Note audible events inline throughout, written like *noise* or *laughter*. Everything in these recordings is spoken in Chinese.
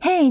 哎，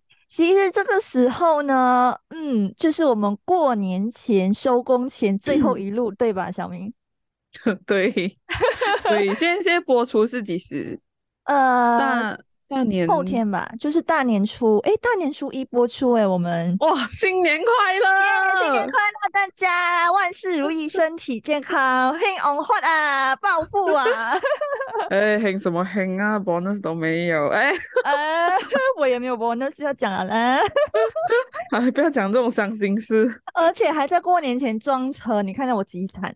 其实这个时候呢，嗯，就是我们过年前收工前最后一路，对吧，小明？ *laughs* 对， *laughs* 所以现在现在播出是几时？呃，大大年后天吧，就是大年初，诶，大年初一播出、诶，我们。哇，新年快乐！新年快乐，大家万事如意，身体健康，Hang on hot 啊，暴富啊！哎，兴什么兴啊？bonus 都没有，哎， *laughs* 呃，我也没有 bonus 要讲了啦， *laughs* 哎不要讲这种伤心事。而且还在过年前装车，你看到我几惨？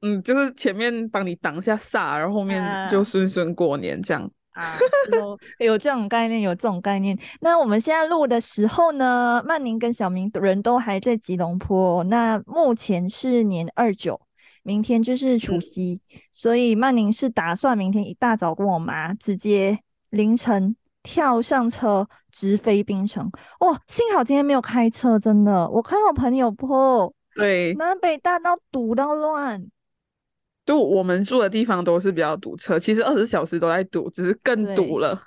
嗯，就是前面帮你挡一下煞，然后后面就啊顺顺过年这样。啊，有有这种概念，有这种概念。那我们现在录的时候呢，曼宁跟小明人都还在吉隆坡。哦那目前是年二九，明天就是除嗯夕，所以曼宁是打算明天一大早跟我妈直接凌晨跳上车直飞槟城。哇，幸好今天没有开车，真的。我看我朋友坡对，南北大道堵到乱。就我们住的地方都是比较堵车，其实二十小时都在堵，只是更对堵了。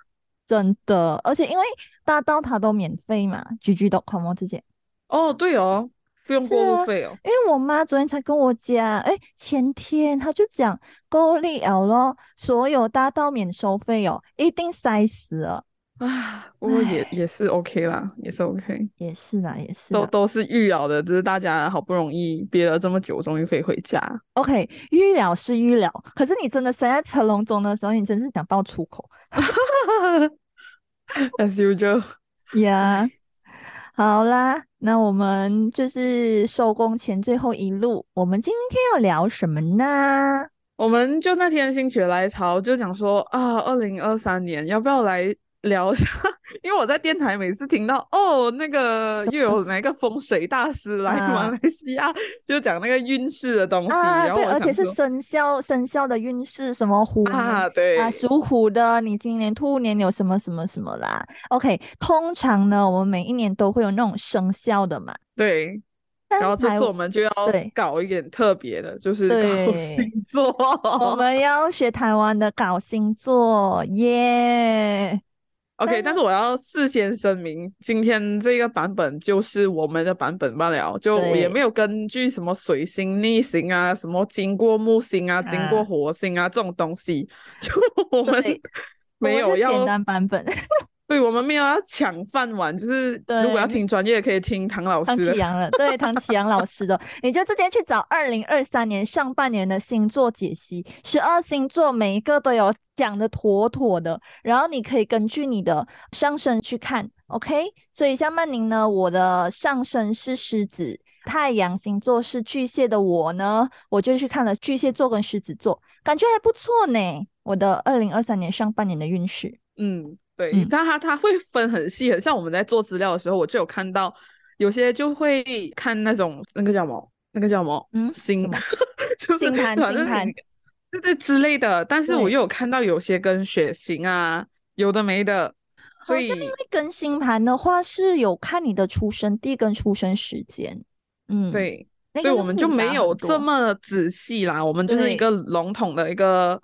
真的，而且因为大到它都免费嘛，GG.com 这些，哦，对哦，不用是过路啊费哦。因为我妈昨天才跟我讲，哎，前天她就讲够力 L 咯，所有大道免收费哦，一定塞死了。啊，不过也唉也是 OK 啦，也是 OK，也是啦，也是都啦。都是预料的，就是大家好不容易憋了这么久，终于可以回 *laughs* 家。 *laughs* OK，预料是预料，可是你真的塞在车笼中的时候，你真是想爆粗口 As usual，呀。 *laughs* 好啦，那我们就是收工前最后一路，我们今天要聊什么呢？我们就那天心血来潮，就想说啊，二零二三年要不要来聊一下？ *laughs* 因为我在电台每次听到哦，那个什又么有事哪个风水大师来马啊来西亚， *laughs* 就讲那个运势的东西，啊，然后对，我而想且是说生肖生肖的运势，什么虎年啊，对，啊，属虎的，你今年兔年有什么什么什么啦？OK，通常呢，我们每一年都会有那种生肖的嘛，对，然后这才次我们就要对搞一点特别的，就是搞对星座。 *laughs* *laughs* 我们要学台湾的搞星座耶。 OK，但但是是我要事先声明，今天这个版本就是我们的版本罢了，就我也对没有根据什么水星逆行啊，什么经过木星啊、经过啊火星啊这种东西，就我们对我 *laughs* 没们有就要简单版本，对，我们没有要抢饭碗，就是如果要对啊听专业，可以听唐老唐师的启阳了，对，唐启阳老师的，你就直接去找二零二三年上半年的星座解析，十二星座每一个都有讲的妥妥的，然后你可以根据你的上升去看，OK？所以像曼宁呢，我的上升是狮子，太阳星座是巨蟹的我呢，我就去看了巨蟹座跟狮子座，感觉还不错呢。我的二零二三年上半年的运势，嗯，对，嗯但他他会分很细，很像我们在做资料的时候，我就有看到有些就会看那种那个叫什么，那个叫什么嗯星什么， *laughs* 就是星盘反星正盘 *laughs* 对对之类的。但是我对又有看到有些跟血型啊，有的没的，所好像因以为跟星盘的话是有看你的出生地跟出生时间，嗯，，对，那所以个我们复就没杂有很这多么仔细啦，我们就是一对个笼统的一个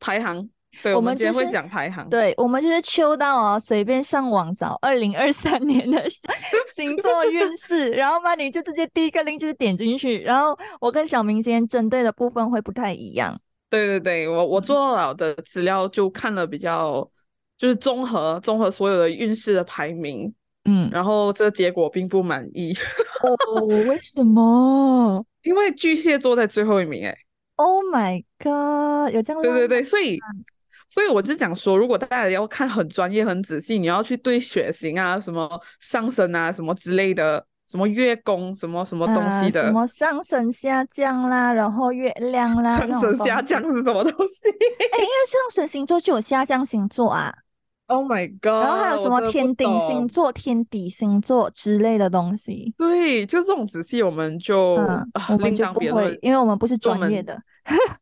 排行。对，我我们们今就天会是讲排行。对，我们就是秋到哦，随便上网找二零二三年的 *laughs* 星座运势，然后嘛，你就直接第一个 link 就是点进去，然后我跟小明今天针对的部分会不太一样，对对对，我我嗯做了的资料就看了比较，就是综合综合所有的运势的排名，嗯，然后这结果并不满意，哦，为什么因为巨蟹座在最后一名，哎， ？Oh my god，有这样对对浪漫对，所以嗯所以我就讲说，如果大家要看很专业、很仔细，你要去对血型啊、什么上升啊、什么之类的，什么月宫、什么什么东啊西什的，么上升下降啦，然后月亮啦，上那种升东下西降是什么东西？哎，因为上升星座就有下降星座啊， Oh my *laughs* god！然后还有什么我真的不天顶星懂？座、天底星座之类的东西。对，就这种仔细我们就嗯，啊我们另就当不别会论，。因为我们不是我专们业的。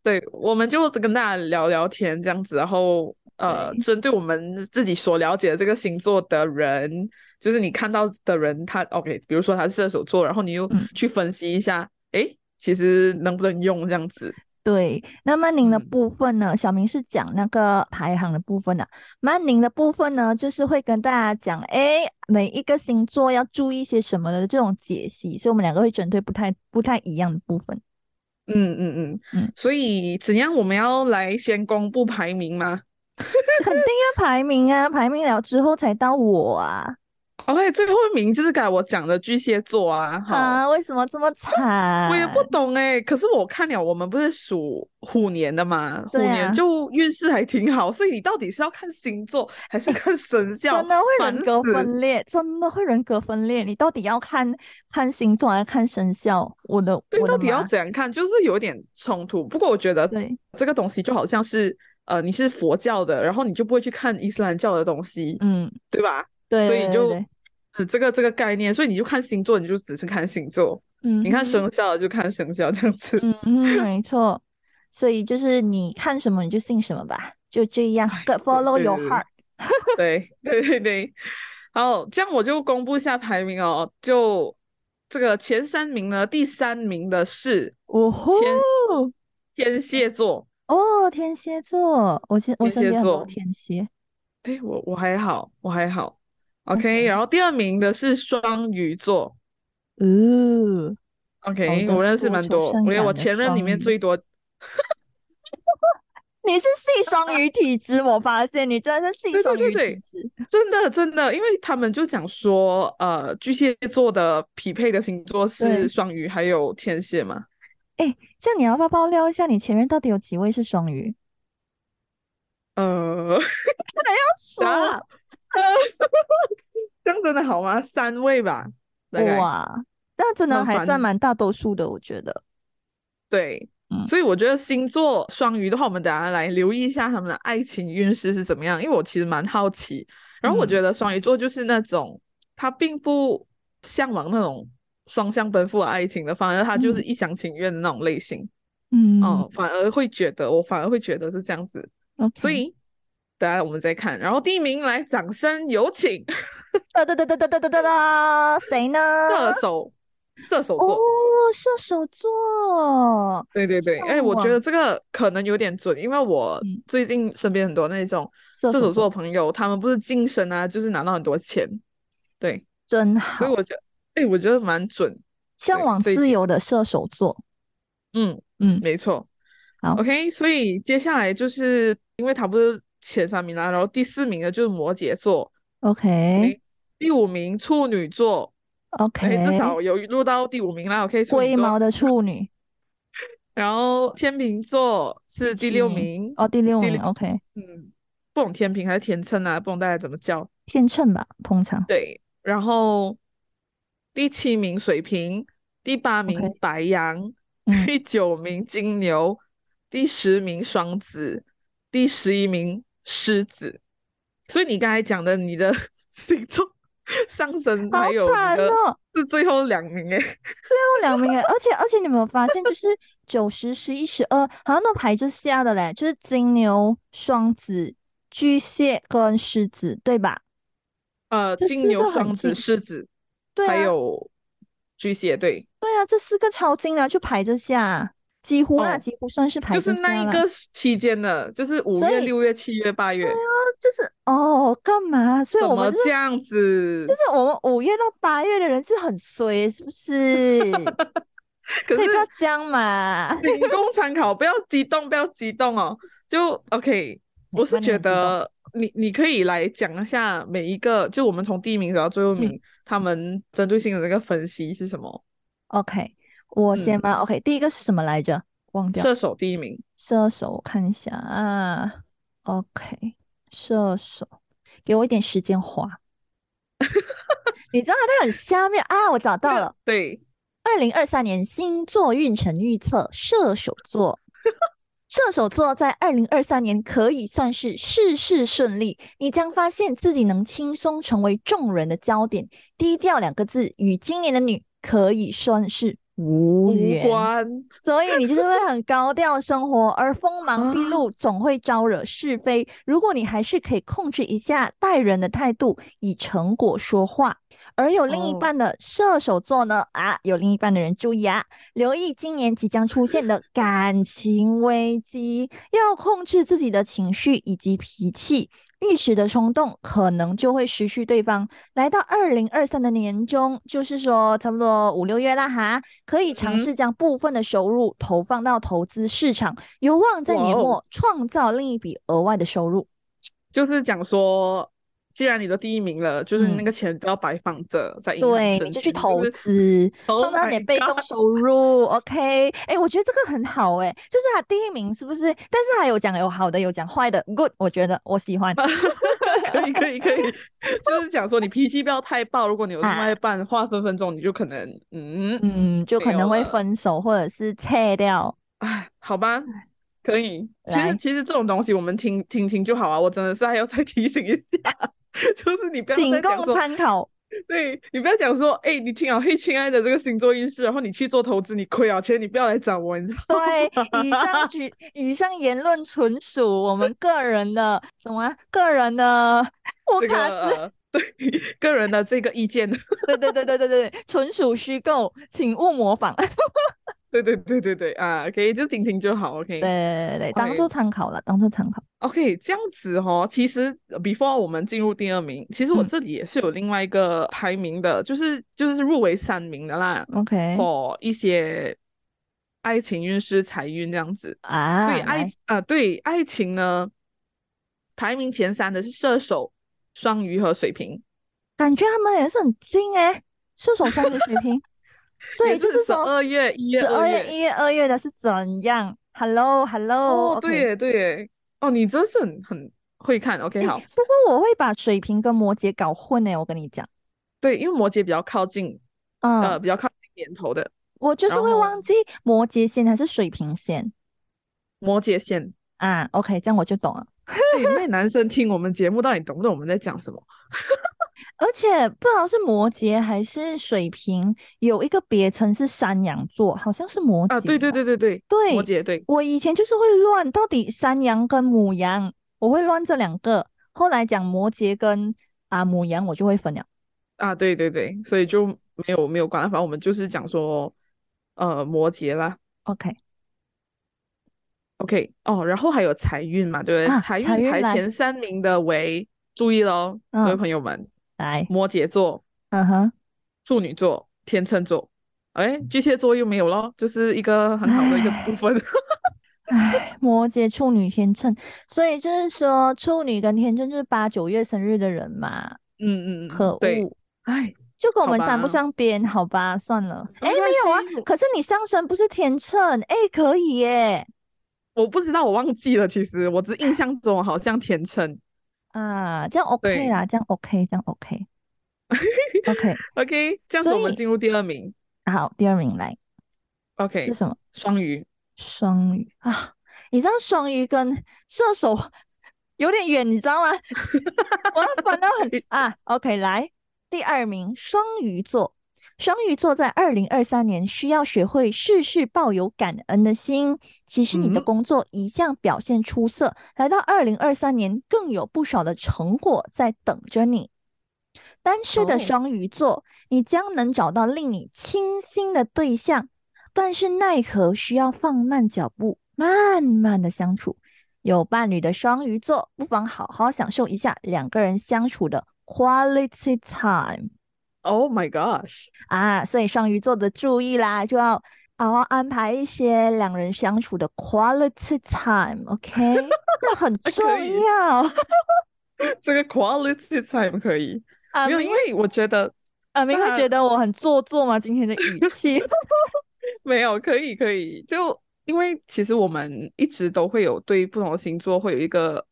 对，我们就跟大家聊聊天这样子，然后呃，对针对我们自己所了解的这个星座的人，就是你看到的人，他 OK，比如说他是射手座，然后你又嗯去分析一下，诶，其实能不能用这样子？对，那曼宁的嗯部分呢？小明是讲那个排行的部分的、曼宁的部分呢，就是会跟大家讲，哎，每一个星座要注意些什么的这种解析，所以我们两个会针对不太不太一样的部 *laughs* 分。嗯嗯嗯嗯所以怎样我们要来先公布排名吗肯定要排名啊，排名了之后才到我啊！ ？OK，最后一名就是刚才我讲的巨蟹座啊，哈，啊，为什么这么惨？我也嗯不懂哎、可是我看了我们不是属虎年的嘛，虎对啊年就运势还挺好，所以你到底是要看星座还是 *laughs* 看生肖？真的会人烦格死分裂，真的会人格分裂。你到底要看看星座还是看生肖？我的对，我的到底要妈怎样看，就是有点冲突。不过我觉得对这个东西就好像是，呃，你是佛教的，然后你就不会去看伊斯兰教的东西，嗯，对吧？对所对以对就对嗯呃这个这个概念，所以你就看星座，你就只是看星座，嗯，你看生肖就看生肖这样子。嗯哼，没错。所以就是你看什么你就信什么吧，就这样。哎 Good 对 follow 对 your 对 heart。 *laughs* 对对对对，好，这样我就公布一下排名哦。就这个前三名呢，第三名的是哦吼！天蝎座。哦，天蝎座，我现我天身蝎边很多座天蝎。哎，我我还好，我还好。OK，嗯 OK 然后第二名的是双鱼座。嗯， OK，的我认识复蛮仇多，深我有感我的前任里双面鱼最多。你是 *laughs* 系双鱼体质，我发现你真的是系对对双对鱼对体质。真的真的，因为他们就讲说，呃，巨蟹座的匹配的星座对是双鱼还有天蝎嘛。这样你要不要爆料一下，你前任到底有几位是双鱼？呃， *laughs* 是然后呃，这样真的好吗？三位吧，大概哇，那真的那还反占蛮大多数的，我觉得。对，嗯所以我觉得星座双鱼的话，我们等下来留意一下他们的爱情运势是怎么样，因为我其实蛮好奇。然后我嗯觉得双鱼座就是那种他并不向往那种双向奔赴的爱情的，反而他就是嗯一厢情愿的那种类型。嗯哦、反而会觉得我反而会觉得是这样子， ，OK，所以等下我们再看。然后第一名来，掌声有请哒哒哒哒哒哒哒哒，谁呢？射手，射手啊哦座。，射手座，对对对，哎，向我觉往得这个可能有点准，因为我嗯最近身边很多那种射射手手座座的朋友，他们不是晋升啊，就是拿到很多钱，对，真所以好，我觉得，哎，我觉得蛮准，向对往这一自点由的射手座。嗯，嗯，没错好，OK，所以接下来就是因为他不是前三名啊，然后第四名的就是摩羯座 OK ，OK，第五名处女座，哎，至 OK，少有录到第五名啦，OK，处女龟毛座，的处女，然后天秤座是第七六名名，哦，第六第名六 OK，嗯，不懂天平还是天秤啊，不懂大家怎么叫。天秤吧，通常对，然后第七名水瓶，第八 OK，名白 *laughs* 羊，嗯第九名金牛，第十名双子，第十一名狮子。所以你刚才讲的，你的 *laughs* 星座上升好还有你惨的哦。是最后两名 *laughs* 诶。后两名哎，而且而且你有没有发现，就是九十、十一、十二，好像都排着下的嘞，就是金牛、双子、巨蟹跟狮子，对吧？呃，这金四牛、个很双子、近狮子，对还啊，有巨蟹，对。对啊，这四个超近的就排着下，几乎啦，哦几乎算是排就是着那下一啦。个时期间的，就是五所月、以六月、七月、八月，就是哦，干嘛？所以怎我么们就是这样子就？是我们五月到八月的人是很衰，是不 *laughs* 是？可可以是不要这样嘛？仅供参考，不要激动，不要激动哦。就 OK，我是那你觉很激动得你你可以来讲一下每一个，就我们从第一名走到最后一嗯名，他们针对性的那个分析是什么？ OK，我先嗯吧。OK，第一个是什么来着？忘掉了。射手第一名，射手，我看一下啊，OK，射手，给我一点时间滑。你知道它很下面啊，我找到那了，对，二零二三年星座运程预测，射手座。射手座在二零二三年可以算是事事顺利，你将发现自己能轻松成为众人的焦点。低调两个字与今年的你可以算是无无缘，关，所以你就是会很高调生活，而锋芒毕露总会招惹是非。如果你还是可以控制一下待人的态度，以成果说话。而有另一哦半的射手座呢，啊，有另一半的人注意啊，留意今年即将出现的感情危机，要控制自己的情绪以及脾气。一时的冲动可能就会失去对方。来到二零二三的年中，就是说差不多五六月啦哈，可以尝嗯试将部分的收入投放到投资市场，有望在年哇哦末创造另一笔额外的收入。就是讲说，既然你都第一名了，就是你嗯那个钱不要白放着在银行对，升你就值去投是资， Oh 创造点 my 被动 God 收入。OK，哎、我觉得这个很好哎、就是他第一名是不是？但是还有讲有好的，有讲坏的。Good，我觉得我喜 *laughs* 欢。可以可以可以，就是讲说你脾气不要太暴，如果你有另外 *laughs* 啊一半的话，分分钟你就可能嗯，嗯，就没可能有会了分手或者是切掉。哎，好吧，可以。其来实其实这种东西我们听听听就好啊，我真的是还要再提醒一下， *laughs* 就是你不要仅再讲供说，参考。对你不要讲说，哎、你听好嘿，亲爱的这个星座运势，然后你去做投资，你亏了钱，你不要来找我，你知道 *laughs* 吗？对，以 *laughs* 上举以上言论纯属我们个人的什么啊个人的我这个卡兹，呃 *laughs* 对个人的这个意见， *laughs* *laughs* 对对对对对对，纯属虚构，请勿模仿。对对对对对啊，可以就听听就好对，OK。对对对，当会做参考了，当做参考。 OK，这样子哦，其实呃 before 我们进入第二名，其实我嗯这里也是有另外一个排名的，就是就是入围三名的啦 OK， ，for 一些爱情运势、财运这样子。啊，所以爱来啊、对爱情呢，排名前三的是射手、双鱼和水瓶，感觉他们也是很精哎、射手双鱼水 *laughs* 平，所以也就是是十说二月、一月、十二二月、一月、二月的是怎样？Hello Hello， *laughs* 哦，对耶，对耶，哦，你真是很很会看。OK，好，不过我会把水瓶跟摩羯搞混哎、我跟你讲，对，因为摩羯比较靠近，嗯，呃，比较靠近年头的我就是然会忘后记摩羯线还是水瓶线摩羯线。 *laughs* 啊。OK，这样我就懂了。哎、那男生听我们节目到底懂不懂我们在讲什么？而且不知道是摩羯还是水瓶，有一个别称是山羊座，好像是摩羯啊，对对吧。对对对，摩对，羯对，我以前就是会乱，到底山羊跟母羊，我会乱这两个。后来讲摩羯跟啊母羊，我就会分了。啊，对对对，所以就没有没有关，反正我们就是讲说，呃，摩羯啦 OK， ，OK，哦，然后还有财运嘛，对不啊对？财财运运排来前三名的为，注意喽，各位嗯朋友们，来，摩羯座、嗯哼，处女座、天秤座，哎，巨蟹座又没有咯，就是一个很好的一个部分。唉，摩羯、处女、天秤，所以就是说处女跟天秤就是八九月生日的人嘛， *laughs* 嗯嗯嗯，可对，恶。哎，就跟我好们沾不吧上边，好吧，算了。没哎、没有关啊系，可是你上身不是天秤，哎、可以耶。我不知道，我忘记了，其实我只印象中好像天秤。啊，这样 OK 对啦，这样 OK，这样 OK。OK， OK，这样子所我们以进入第二名。好，第二名来是 OK，什么？双鱼。双鱼啊，你知道双鱼跟射手 *laughs* 有点远，你知道吗？我要反到很啊，OK，来第二名，双鱼座。双鱼座在二零二三年需要学会事事抱有感恩的心。其实你的嗯工作一向表现出色，来到二零二三年更有不少的成果在等着你。单身的哦双鱼座，你将能找到令你倾心的对象，但是奈何需要放慢脚步，慢慢的相处。有伴侣的双鱼座，不妨好好享受一下两个人相处的 quality time Oh my gosh！啊！所以双鱼座的注意啦，就要好好安排一些两人相处的 quality time，OK？、这 *laughs* 很重啊以要这个 quality time 可以，啊！没有，明因为我觉得啊，明会那觉得我很做作吗？今天的语 *laughs* 气没有，可以，可以，就因为其实我们一直都会有对不同的星座会有一个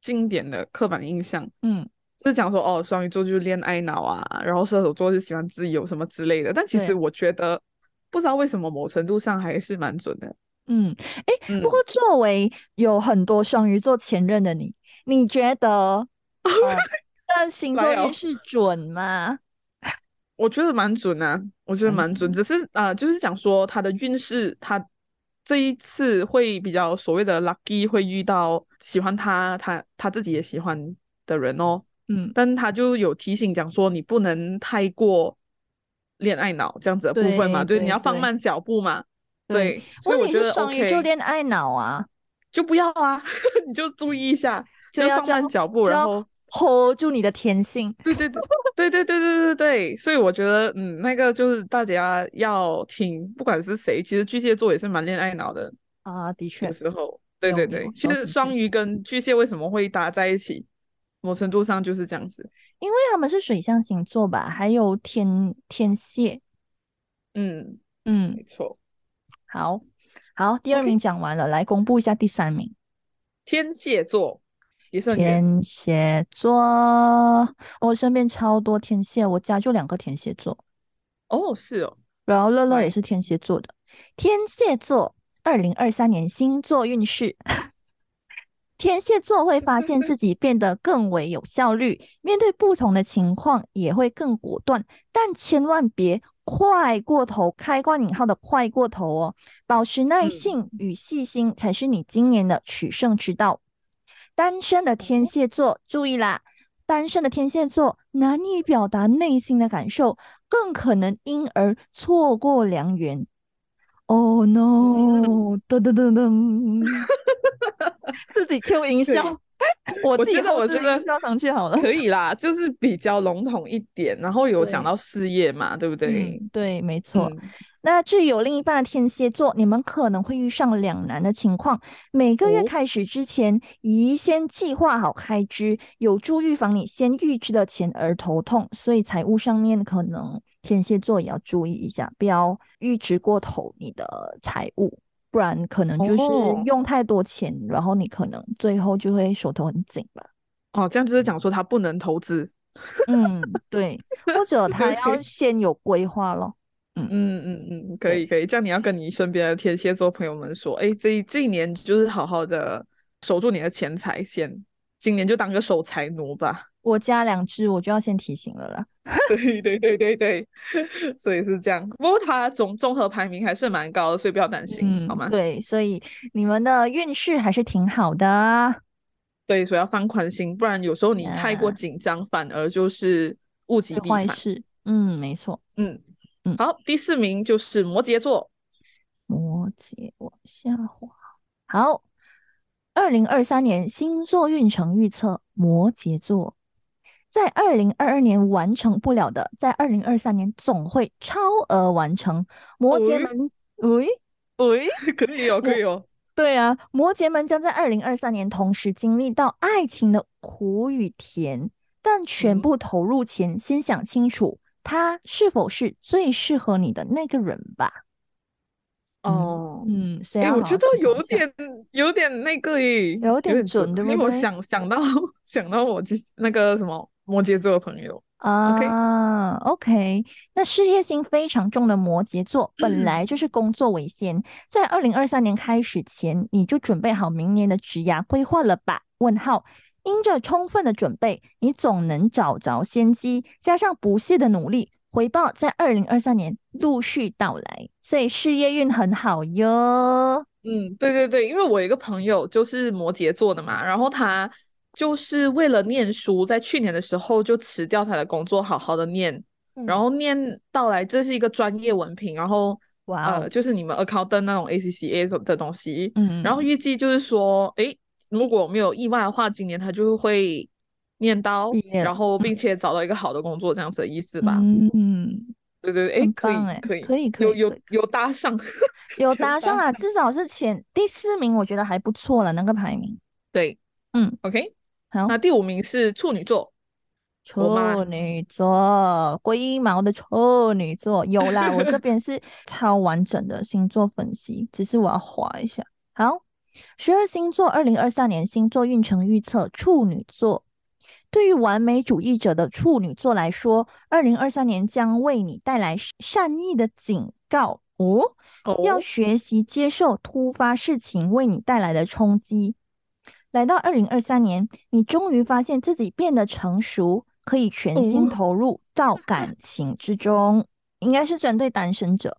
经典的刻板印象，嗯，就是讲说哦，双鱼座就是恋爱脑啊，然后射手座就喜欢自由什么之类的。但其对实我觉得，不知道为什么，某程度上还是蛮准的。嗯，嗯不，过作为有很多双鱼座前任的你，你觉 *laughs* 得，呃，这星座来哦运势准吗？我觉得蛮准啊，我觉得蛮蛮准，只是啊、呃就是讲说他的运势，他这一次会比较所谓的 lucky，会遇到喜欢他，他他自己也喜欢的人哦。嗯，但他就有提醒讲说，你不能太过恋爱脑这样子的部分嘛，对就是你对要放对慢脚步嘛。对对，所以问我题觉是得双鱼座 OK，恋爱脑啊，就不要啊， *laughs* 你就注意一下，就就要放这样慢脚就步，哦然要后 hold 住你的天性。对对对对对对对对对，所以我觉得，嗯，那个就是大家要听，不管是谁，其实巨蟹座也是蛮恋爱脑的，啊，的确有，时候，对有对有对，有其哦的确实双是鱼跟巨蟹为什么会搭在一起，某程度上就是这样子，因为他们是水象星座吧，还有天天蝎，嗯，嗯，没错，好，好，第二 OK 名讲完了，来公布一下第三名，天蝎座也是很远，天蝎座，我身边超多天蝎，我家就两个天蝎座，哦，是哦，然后乐乐也来是天蝎座的，天蝎座，二零二三年星座运势。 *laughs* 天蝎座会发现自己变得更为有效率，面对不同的情况也会更果断，但千万别快过头，开关引号的快过头哦，保持耐嗯性与细心才是你今年的取胜之道。单身的天蝎座注意啦，单身的天蝎座难以表达内心的感受，更可能因而错过良缘。Oh no！噔噔噔噔，嗯 *laughs* 自己 Q 音对效， *laughs* 我我自己觉得后我置觉得音效上去好了。可以啦，就是比较笼统一点，然后有讲对到事业嘛，对不对？嗯，对，没错。嗯，那至于有另一半的天蝎座，你们可能会遇上两难的情况。每个月哦开始之前，宜先计划好开支，有助预防你先预支的钱而头痛。所以财务上面可能天蝎座也要注意一下，不要预支过头你的财务，不然可能就是哦用太多钱，然后你可能最后就会手头很紧吧。哦，这样就是讲说他不能投资，嗯，对，或 *laughs* 者他要对先有规划咯。嗯嗯嗯，可对以可以，这样你要跟你身边的天蝎座朋友们说，哎，这一这一年就是好好的守住你的钱财先，今年就当个守财奴吧。我加两只，我就要先提醒了啦。对对对对对，所以是这样。不过他总综合排名还是蛮高的，所以不要担心，好吗？嗯对，所以你们的运势还是挺好的啊。对，所以要放宽心，不然有时候你太过呀紧张，反而就是物极会必坏反。事，嗯，没错。嗯嗯好，第四名就是摩羯座， *laughs* 摩羯往下滑，好。二零二三年星座运程预测，摩羯座在二零二二年完成不了的，在二零二三年总会超额完成。摩羯哎们，喂、喂、可以哦，可以哦。对啊，摩羯们将在二零二三年同时经历到爱情的苦与甜，但全嗯部投入前，先想清楚他是否是最适合你的那个人吧。嗯哦，嗯，所以哎、要我好觉好思得考有一下点有点那个耶，有点准准对因不为我对想想到想到我就是那个什么摩羯座的朋友，啊，OK，那事业心非常重的摩羯座，本嗯来就是工作为先，在二零二三年开始前，你就准备好明年的职涯规划了吧？问号，因着充分的准备，你总能找着先机，加上不懈的努力，回报在二零二三年陆续到来，所以事业运很好哟。嗯，对对对，因为我有一个朋友就是摩羯座的嘛，然后他就是为了念书，在去年的时候就辞掉他的工作，好好的念，然嗯后念到来这是一个专业文凭，然后哇呃，哦，就是你们 accountant 那种 ACCA 的东西，嗯，然后预计就是说，诶，如果没有意外的话，今年他就会念到毕，业然了，后并且找到一个好的工作，这样子的意思吧？嗯，对对对，诶，很可棒以哎，可以，可以可以有可有以。有搭上， *laughs* 有有搭上搭啦，上，至少是前第四名，我觉得还不错了那个排名。对嗯， ，OK，好，那第五名是处女座，我妈处女座，龟毛的处女座有啦，我这边 *laughs* 是超完整的星座分析，只是我要划一下。好，十二星座二零二三年星座运程预测，处女座。对于完美主义者的处女座来说，二零二三年将为你带来善意的警告哦，哦，要学习接受突发事情为你带来的冲击。来到二零二三年，你终于发现自己变得成熟，可以全心哦投入到感情之中，应该是针对单身者。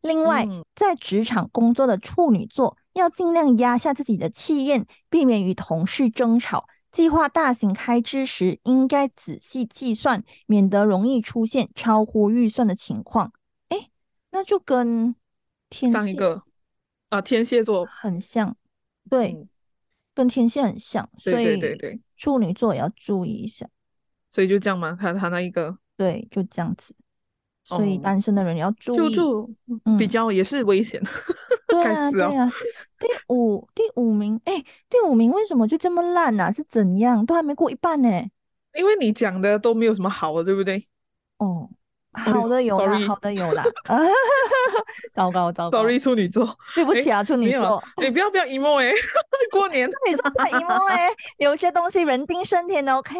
另外，嗯在职场工作的处女座要尽量压下自己的气焰，避免与同事争吵。计划大型开支时，应该仔细计算，免得容易出现超乎预算的情况。哎，那就跟天上一蝎个啊，天蝎座，很像，对，嗯跟天蝎很像，所对对以对对，处女座也要注意一下。所以就这样嘛，他他那一个对，就这样子。所以哦单身的人要注就意。就比嗯较也是危险的， *laughs* 对该啊，死对哦啊。第五第五名，哎，第五名为什么就这么烂呢、是怎样？都还没过一半呢、因为你讲的都没有什么好的，对不对哦，呦好的有啦， *laughs* sorry 好的有啦。 *laughs* 糟糕糟糕？Sorry，处女座，对不哎起啊，处没女有座啊。，你不要不要 emo 哎， *laughs* 过年你说太 emo 哎、 *laughs* 有些东西人定胜天的，OK？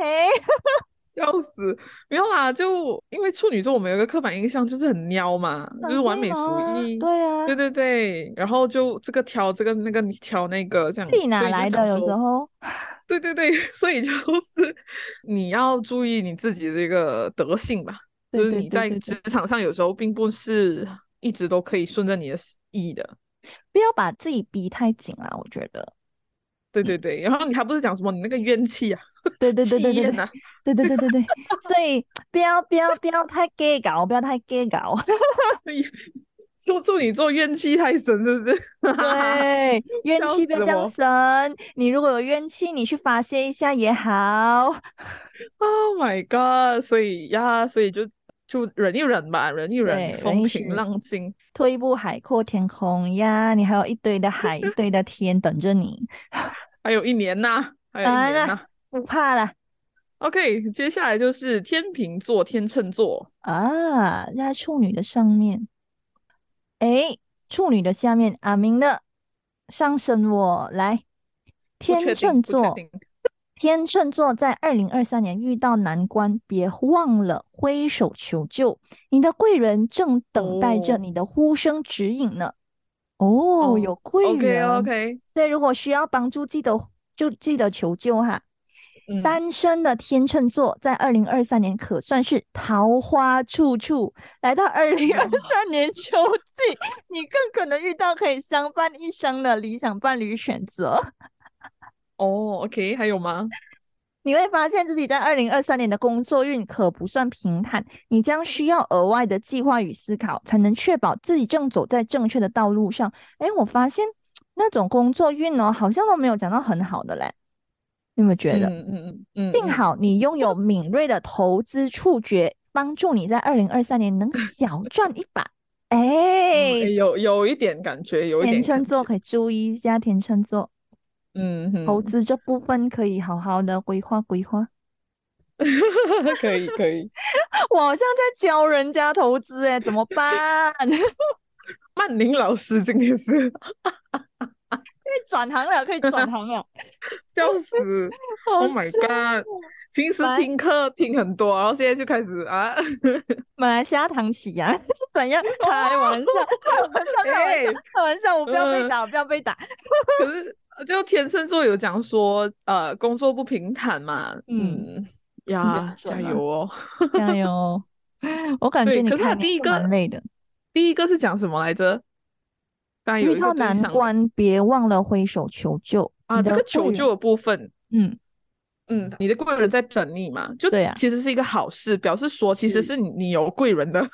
笑死，没有啦，就因为处女座我们有一个刻板印象就是很喵嘛， *laughs* 就是很完对美主嘛义，对啊，对对对，然后就这个挑这个那个你挑那个这样，自己哪所以就来讲的？有时说候，对对对， *laughs* 所以就是 *laughs* 你要注意你自己这个德性吧，就对是对你对在对职对，场上有时候并不是一直都可以顺着你的意的。不要把自己逼太紧啦，我觉得。对对对，然后你还不是讲什么你那个怨气啊、嗯对对对气对对焰对啊，对对对对对，所以不要不要不要太 gay 搞，不要太 gay 搞。 *laughs* 说处女座怨气太深，是不是？对，怨笑气不要死这样我生。你如果有怨气，你去发泄一下也好。 Oh my god！所以呀，所以就就忍一忍吧，忍一忍，对忍风一平时浪静。退一步海阔天空呀，你还有一堆的 *laughs* 海，一堆的天等着你。还有一年呐、还有一啊年啦呐、不怕啦 OK，接下来就是天秤座、天秤座。啊，在处女的上面，诶，处女的下面，阿明的上升我来，不天确定，秤不确座。定。天秤座在二零二三年遇到难关，别忘了挥手求救，你的贵人正等待着哦你的呼声指引呢。哦，哦有贵 OK 人， OK，所以如果需要帮助，记得就记得求救哈。嗯，单身的天秤座在二零二三年可算是桃花处处，来到二零二三年秋季，你更可能遇到可以相伴一生的理想伴侣选择。哦，OK，还有吗？你会发现自己在二零二三年的工作运可不算平坦，你将需要额外的计划与思考，才能确保自己正走在正确的道路上。哎，我发现那种工作运哦，好像都没有讲到很好的嘞，你有没有觉嗯得？嗯嗯嗯，幸嗯好你拥有敏锐的投资触觉，帮助你在二零二三年能小赚一 *laughs* 把。嗯哎诶，有有一点感觉，有一天点秤感座觉。可以注意一下，天秤座嗯投哼，资这部分可以好好的规划规划。 *laughs* 可以可以， *laughs* 我好像在教人家投资哎、怎么办？ *laughs* 可曼宁老师今天是以转行了，可以转行了，笑死 *laughs* 好，Oh my 笑 god！平时来听课听很多，然后现在就开始啊，马来西亚唐启阳 *laughs* 是怎样？开玩笑，开玩笑， *laughs* 开玩笑，哎开玩笑，我不要被嗯打，我不要被 *laughs* 打。可是就天秤座有讲说，呃，工作不平坦嘛，嗯嗯，呀，准加啊油哦。加油！我感觉对，你可是开他年第一是蛮个累的，第一个是讲什么来着？刚才有遇一到个对难上的关别忘了挥手求救。啊，你这的个贵求人救，的部分，嗯，嗯，你的贵人在等你嘛，就对啊其实是一个好事，表示说其实是是你你有贵人的，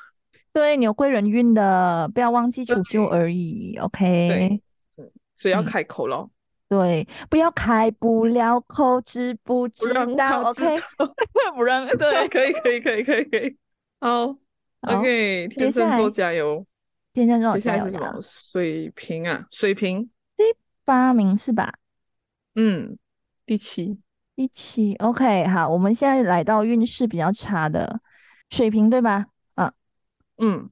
对，你有贵人运的，不要忘记求救对而已。OK，所以要嗯开口咯，对，不要开不了口，知不不知让道他知？OK，道。 *laughs* 不 *laughs* 让对，可以，可以，可以，可以，可以。好好， ，OK，接天下秤来座加油。天秤座接加下来油是什加油么？水瓶啊，水瓶，八名是吧？嗯，第七。一起，OK，好，我们现在来到运势比较差的水瓶，对吧？啊，嗯，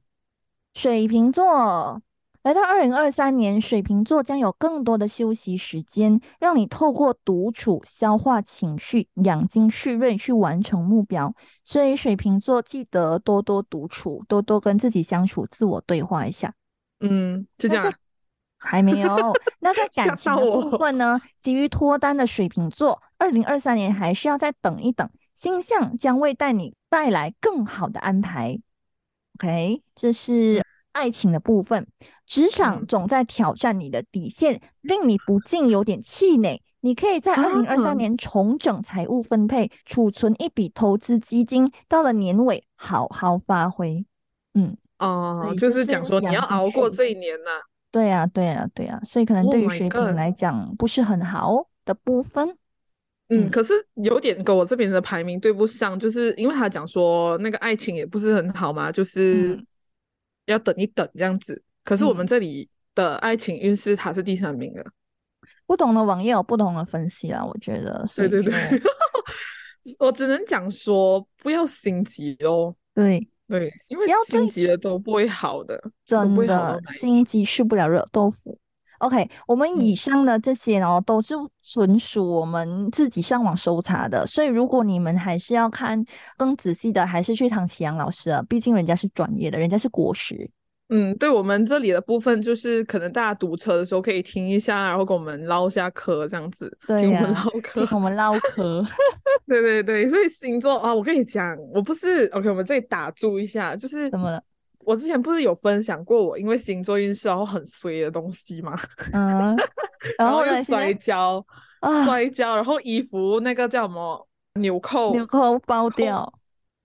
水瓶座，来到二零二三年，水瓶座将有更多的休息时间，让你透过独处消化情绪，养精蓄锐去完成目标。所以，水瓶座记得多多独处，多多跟自己相处，自我对话一下。嗯，就这那样在啊。还没 *laughs* 有。那在感吓情到的部我分呢，急于脱单的水瓶座，二零二三年还需要再等一等，星象将为带你带来更好的安排。OK，这是爱情的部分。职场嗯总在挑战你的底线，令你不禁有点气馁。你可以在啊二零二三年重整财务分配，储存一笔投资基金，到了年尾好好发挥。哦、对就就是讲说你阳要性熬过循这一年呐、嗯对呀，对呀，对呀，所以可能 Oh 对于 my 水瓶 God 来讲不是很好的部分。嗯，嗯可是有点跟我这边的排名对不上，就是因为他讲说那个爱情也不是很好嘛，就是嗯要等一等这样子。可是我们嗯这里的爱情运势它是第三名的，不同的网页有不同的分析啦，我觉得，所对以对就对， *laughs* 我只能讲说不要心急哦，对，对，因为不要心对急了都不会好的，都不真会好哦到的哪里嗯心急吃不了热豆腐。OK，我们以上的这些哦，都是纯属我们自己上网搜查的，所以如果你们还是要看更仔细的，还是去唐启阳老师啊，毕竟人家是专业的，人家是国 *laughs* 师。嗯，对我们这里的部分，就是可能大家堵车的时候可以听一下，啊然后跟我们唠一下嗑，这样子，对听我们呀唠听嗑。 *laughs* 我们唠嗑，对对对，所以星座啊，我跟你讲，我不是 OK，我们这里打住一下，就是怎么了？我之前不是有分享过我因为星座运势然后很衰的东西 *laughs* 嘛，嗯，然后又呢？现摔在跤，啊，摔跤，然后衣服那个叫什么纽扣，纽扣爆扣掉。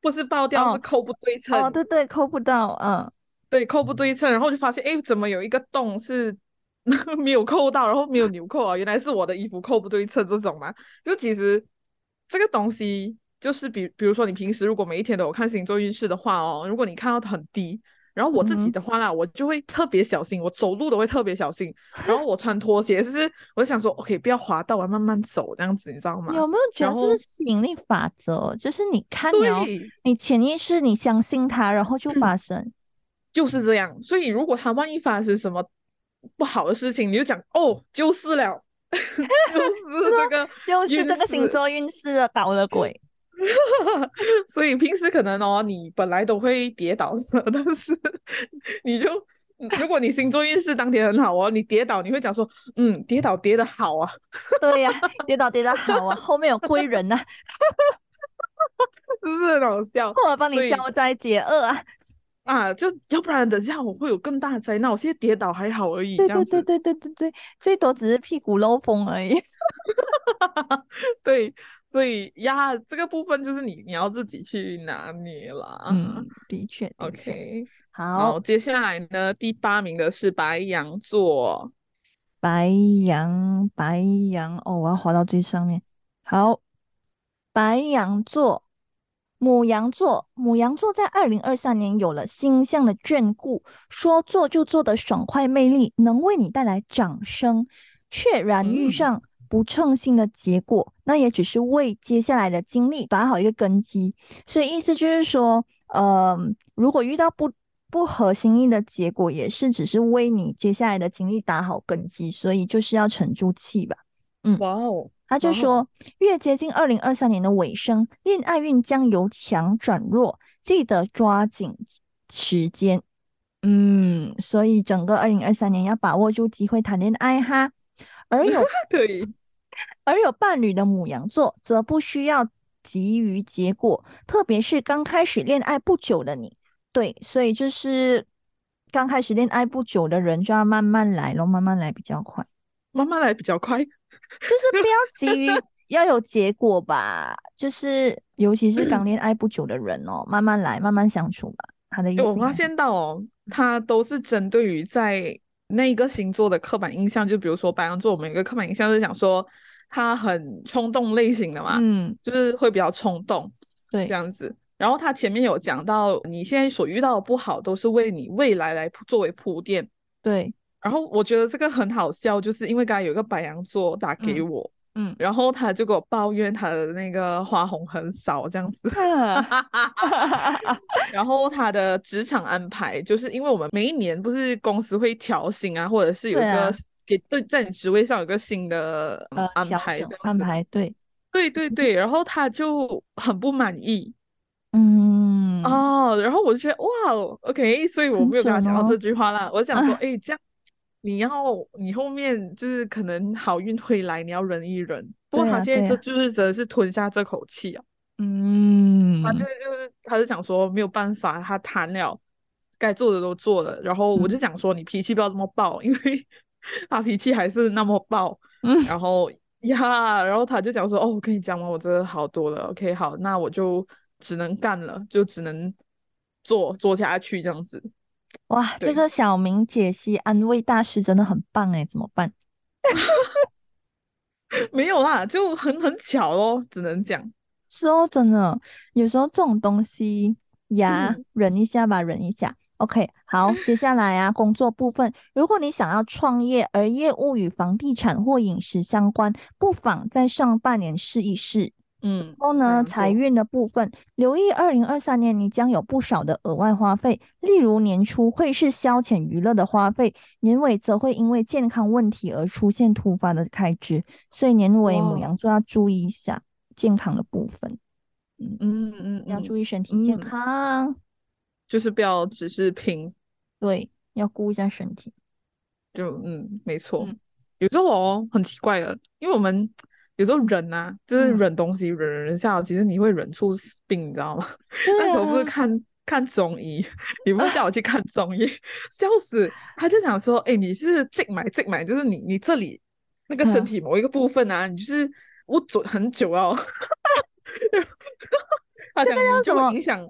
不是爆掉，哦是扣不对称，哦，对对，扣不到，嗯，对，扣不对称，然后就发现，哎，怎么有一个洞是 *laughs* 没有扣到，然后没有纽扣啊？原来是我的衣服扣不对称这种嘛。就其实这个东西，就是比比如说你平时如果每一天都有看星座运势的话哦，如果你看到它很低，然后我自己嗯的话啦，我就会特别小心，我走路都会特别小心，然后我穿拖鞋，就是我就想说，OK，不要滑到，我要慢慢走这样子，你知道吗？有没有觉然得这后是吸引力法则？就是你看了，对。你潜意识你相信它，然后就 *clears throat* 发生。就是这样。所以如果他万一发生什么不好的事情，你就讲哦，就是了， *laughs* 就是这个就是运这个星势。座运势啊搞了鬼，所以平时可能哦，你本来都会跌倒的， *laughs* 但是你就。嗯如果你星座运势当天很好哦，你跌倒你会讲说，嗯，跌倒跌得好啊， *laughs* 对呀、跌倒跌倒好啊，后面有贵人啊呐、是不是很好笑或者帮你对消灾解厄啊，啊？就要不然等一下我会有更大的灾难，我现在跌倒还好而已，对对对这样子。嗯对对对对，最多只是屁股漏风而已。对，所以呀，这个部分就是你你要自己去拿捏啦。嗯，的确的确。 OK，然好后，接下来呢，第八名的是白羊座，白羊，白羊，哦，我要滑到最上面。好，白羊座，母羊座，母羊座在二零二三年有了星象的眷顾，说做就做的爽快魅力能为你带来掌声。确然遇嗯上不称心的结果，那也只是为接下来的经历打好一个根基。所以意思就是说，呃，如果遇到不不合心意的结果，也是只是为你接下来的经历打好根基，所以就是要沉住气吧。哇哦，他就哇哦，说，越接近二零二三年的尾声，恋爱运将由强转弱，记得抓紧时间。嗯，所以整个二零二三年要把握住机会谈恋爱哈。而有 *laughs* 对，而有伴侣的母羊座则不需要急于结果，特别是刚开始恋爱不久的你。对，所以就是刚开始恋爱不久的人就要慢慢来咯，慢慢来比较快，慢慢来比较快。就是不要急 *laughs* 于要有结果吧，就是尤其是 *clears throat* 刚恋爱不久的人哦，慢慢来，慢慢相处吧。他的意诶我思应发该是，现到哦，它都是针对于在那个星座的刻板印象，就比如说白羊座，我们有一个刻板印象就是讲说他很冲动类型的嘛，嗯，就是会比较冲动这对，样子。然后他前面有讲到，你现在所遇到的不好都是为你未来来铺作为铺垫。 *laughs* 对，然后我觉得这个很好笑，就是因为刚才有一个白羊座打给嗯我，嗯，然后他就给我抱怨他的那个花红很少这 *laughs* 样子，呃然后他的职场安排，就是因为我们每一年不是公司会调薪啊，或者是有对一个啊给对在你职位上有一个新的嗯呃，安调排整这样安嗯子，排，对，对对对，然后他就很不满意，嗯嗯，哦，然后我就觉得哇哦，OK，所以我很没有跟他准讲到这哦句话啦， *laughs* 我想说，哎、这样你要你后面就是可能好运会来，你要忍一忍。不过对他呀现在对啊这呀就是真的是吞下这口气啊，嗯，他就是就是他就讲说没有办法，他谈了，该做的都做了，然后我就嗯讲说你脾气不要这么暴，因为他脾气还是那么暴， *laughs* 嗯然后呀，然后他就讲说哦，我跟你讲嘛，我真的好多了，OK，好，那我就只能干了，就只能做做下去这样子。 *laughs* 哇，这对个小明解析安慰大师真的很棒哎，怎么办？没有啦，就很很巧咯，只能讲。是哦，真的，有时候这种东西呀，嗯忍一下吧，忍一下。OK，好，接下来啊，工作部分，如果你想要创业，而业务与房地产或饮食相关，不妨在上半年试一试。嗯，然后呢，样财做运的部分，留意二零二三年你将有不少的额外花费，例如年初会是消遣娱乐的花费，年尾则会因为健康问题而出现突发的开支，所以年尾母哇羊座要注意一下健康的部分，嗯嗯要嗯，注意身体健嗯康，就是不要只是拼对，要顾一下身体。就嗯，没错。嗯有时候哦，很奇怪的，因为我们有时候忍啊，就是嗯忍东西，忍忍忍下来，其实你会忍出死病，你知道吗？ *laughs* 那对时候不是啊看看中医，你不是叫我去看中医，笑死！他就想说，哎、你是静脉静脉，就是你你这里那个身嗯体某一个部分啊，你就是捂准很久哦。 *laughs* 他讲你什就么会影响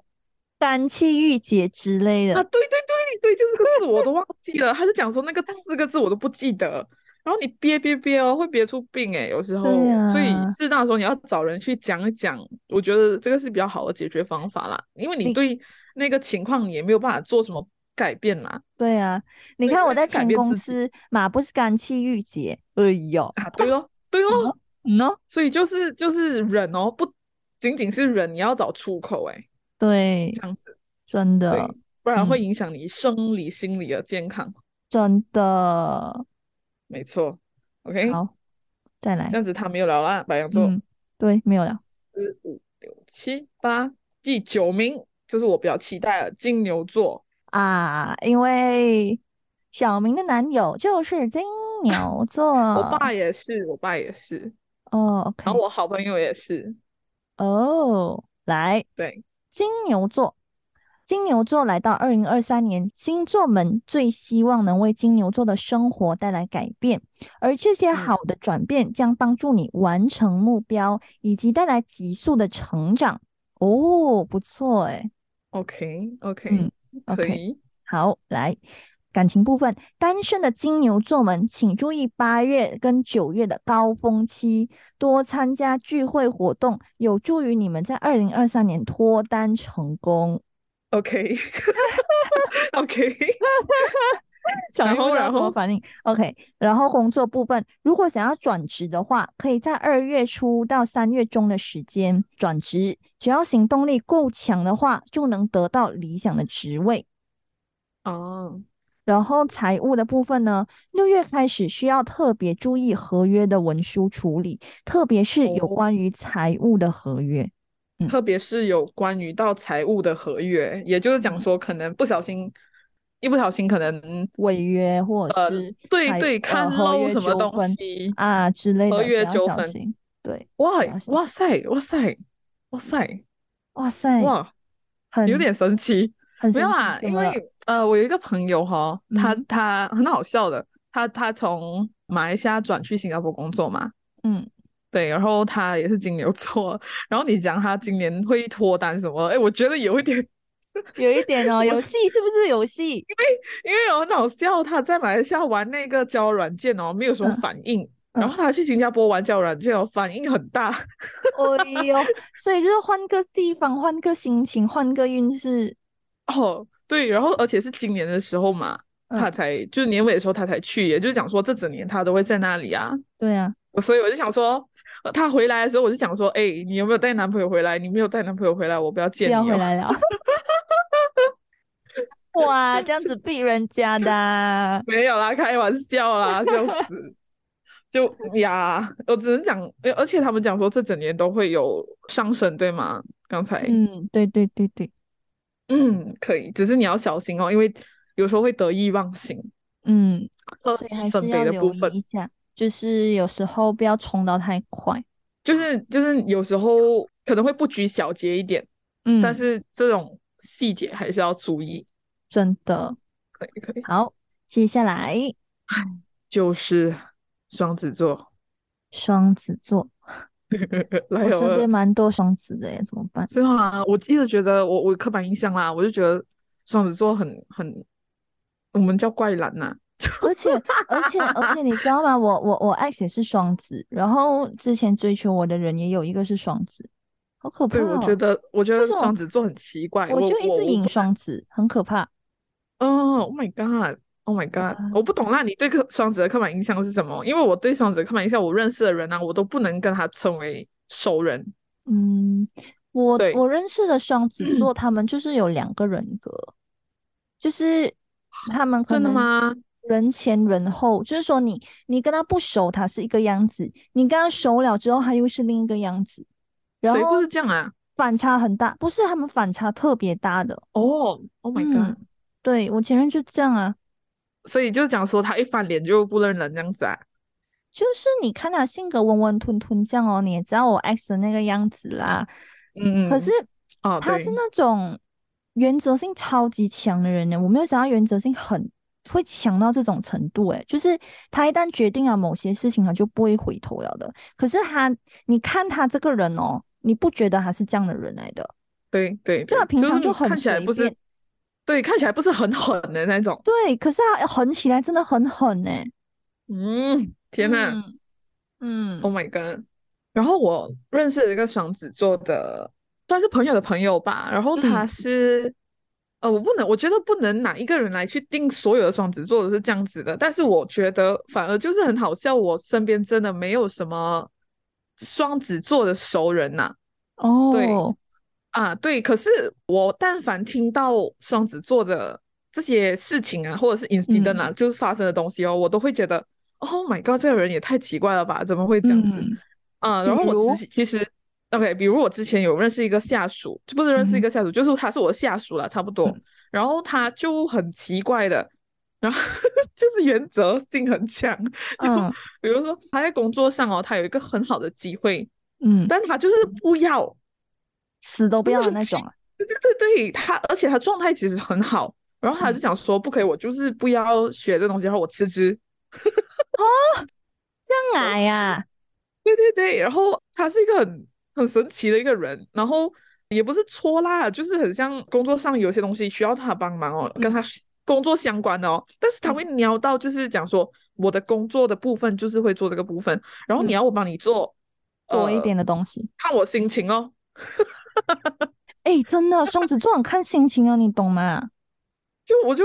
肝气郁结之类 *laughs* 啊，的，对对对对，就这个字我都忘记了。他就讲说那个四个字我都不记得，然后你憋憋憋哦，会憋出病诶，有时候，所以啊适当的时候你要找人去讲一讲，我觉得这个是比较好的解决方法啦，因为你你对那个情况你也没有办法做什么改变嘛。对啊，你对看因我为在去改前变公自己司嘛，不是肝气郁结，哎呦，啊，对哦，对哦，嗯哦，所以就是就是忍哦，不仅仅是忍，你要找出口诶，对，这样子，真对的。，不然会嗯影响你生理心理的健康。真的没错，OK，好，再来这，样子他没有聊啦，白羊座。嗯，对，没有了，四五六七八，第九名就是我比较期待的金牛座。啊，因为小明的男友就是金牛座，我爸也是，我爸也是，哦然，OK，后我好朋友也是。哦，来，对，金牛座，金牛座来到二零二三年，星座们最希望能为金牛座的生活带来改变，而这些嗯好的转变将帮助你完成目标，以及带来急速的成长。哦，不错诶。 ，OK OK，嗯可 OK 以。好，来感情部分，单身的金牛座们，请注意八月跟九月的高峰期，多参加聚会活动，有助于你们在二零二三年脱单成功。 OK *laughs* OK， *laughs* 小然明不后知道然怎么后反应。OK，然后工作部分，如果想要转职的话，可以在二月初到三月中的时间转职，只要行动力够强的话，就能得到理想的职位。哦，然后财务的部分呢，六月开始需要特别注意合约的文书处理，特别是有哦关于财务的合约。嗯特别是有关于到财务的合约，也就是讲嗯说，可能不小心，一不小心可能违约或者呃，是对财对，呃看合漏约什么纠东纷西啊之类合的，约所以要纠小纷。心。对，哇小心哇塞哇塞哇塞哇塞，哇，很有点神奇。很没神有奇，啦，怎因么了？ *laughs* 为呃，我有一个朋友哈，他嗯他很好笑的，他他从马来西亚转去新加坡工作嘛，嗯，对，然后他也是金牛座，然后你讲他今年会脱单什么，哎，我觉得有一点，有一点哦，我有戏是不是有 *laughs* 戏？因为哦我很好笑，他在马来西亚玩那个交友软件哦，没有什么嗯反应，嗯然后他去新加坡玩交友软件哦，反应很大。哎呦，所以就是换个地方，换个心情，换个运势。哦，对，然后而且是今年的时候嘛，他嗯，才就是年尾的时候他才去，也就是讲说这整年他都会在那里啊。对啊，我所以我就想说，呃他回来的时候我就想说，哎、你有没有带男朋友回来？你没有带男朋友回来，我不要不见要你回哦。来 *laughs* 了。哇，这样子逼人家的啊，没有啦，开玩笑啦，笑死！就呀，我只能讲，呃而且他 *laughs* 们讲说这整年都会有上升，对吗？刚才嗯嗯，对对对对，嗯，可以，只是你要小心哦，因为有时候会得意忘形，嗯，乐所以极还生是悲要的部留意分。一下，就是有时候不要冲到太快。就是就是有时候可能会不拘小节一点，嗯，但是这种细节还是要注意。真的可以可以，好。接下来就是双子座，双子座， *laughs* 来我有身了边蛮多双子的耶，怎么办？是啊，我一直觉得我我刻板印象啦，我就觉得双子座很很，我们叫怪懒呐、而且而且而且，你知道吗？我我我 ex 也是双子，然后之前追求我的人也有一个是双子，好可怕对，哦！我觉得我觉得为什么双子座很奇怪，我我就一直我引双子，很可怕。嗯，Oh my God，Oh my 啊 God，我不懂啦，你对刻双子的刻板印象是什么？因为我对双子的刻板印象，我认识的人啊，我都不能跟他成为熟人。嗯，我对嗯我认识的双子座，他们就是有两个人格，就是他们可真的能吗？人前人后，就是说你你跟他不熟，他是一个样子；你跟他熟了之后，他又是另一个样子，然谁后不是这样啊？反差很大，不是他们反差特别大的。哦，Oh my God，嗯，对，我前任就这样啊，所以就是讲说他一翻脸就不认人这样子啊。就是你看他性格温温吞吞这样哦，你也知道我 ex 的那个样子啦。嗯，可是哦，他对是那种原则性超级强的人呢，我没有想到原则性很会强到这种程度，诶，就是他一旦决定了某些事情，他就不会回头了的。可是他，你看他这个人哦，你不觉得他是这样的人来的？对对就他对啊平常是就很看起来随不是便，对，看起来不是很狠的那种。对，可是他狠起来真的很狠呢。嗯，天哦呐嗯， o h my God！然后我认识了一个双子座的，算是朋友的朋友吧。然后他嗯是，呃，我不能，我觉得不能拿一个人来去定所有的双子座都是这样子的。但是我觉得反而就是很好笑，我身边真的没有什么双子座的熟人呐、嗯，对哦，啊，对，可是我但凡听到双子座的这些事情啊，或者是 incident 嗯啊，就是发生的东西哦，我都会觉得，Oh my god，这个人也太奇怪了吧，怎么会这样子？嗯啊，比然后如我其其实，OK，比如我之前有认识一个下属，就不是认识一个下属，就是他是我的下属啦，差不多嗯。然后他就很奇怪的，然后 *laughs* 就是原则性很强， *laughs* 嗯比如说他在工作上哦，他有一个很好的机会， *laughs* 嗯，但他就是不要，死都不真的要的很那奇 *laughs* 种啊。对对对对，他而且他状态其实很好，然后他就嗯讲说不可以，我就是不要学这东西，然后我辞职。这样啊矮呀，对对对，然后他是一个很很神奇的一个人，然后也不是戳啦，就是很像工作上有些东西需要他帮忙哦，嗯跟他工作相关的哦，但是他会瞄到，就是讲说我的工作的部分就是会做这个部分，然后嗯你要我帮你做，多一呃点的东西。看我心情哦。哎、真的，双子座很看心情哦，你懂吗？就我就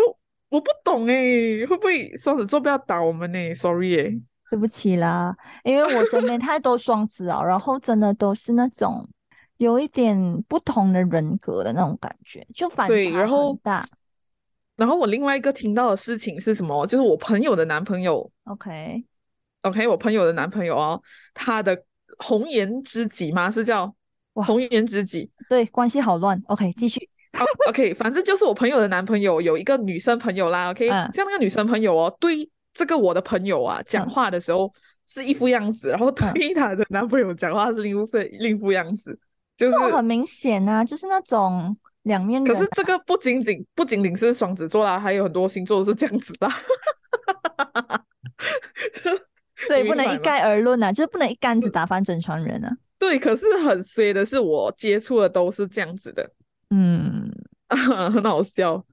我不懂哎，会不会双子座不要打我们呢？Sorry 哎，对不起啦，因为我身边太多双子啊，然后真的都是那种有一点不同的人格的那种感觉，就反对，差然后很大。然后我另外一个听到的事情是什么？哦就是我朋友的男朋友 OK， ，OK，我朋友的男朋友哦，他的红颜知己吗？是叫哇红颜知己对，关系好乱。OK，继续。哦，OK，反正就是我朋友的男朋友有一个女生朋友啦，OK，嗯像那个女生朋友哦，对这个我的朋友啊讲嗯话的时候是一副样子，然后对她的男朋友讲话是另一副另一副样子，就是这种很明显啊，就是那种两面可人是这啊个不仅仅不仅仅是双子座啦，还有很多星座都是这样子啦。所以你不能明白一吗概而论啊，就是不能一竿子打翻整船人啊。对，可是很衰的是，我接触的都是这样子的， *laughs* 嗯，很好笑。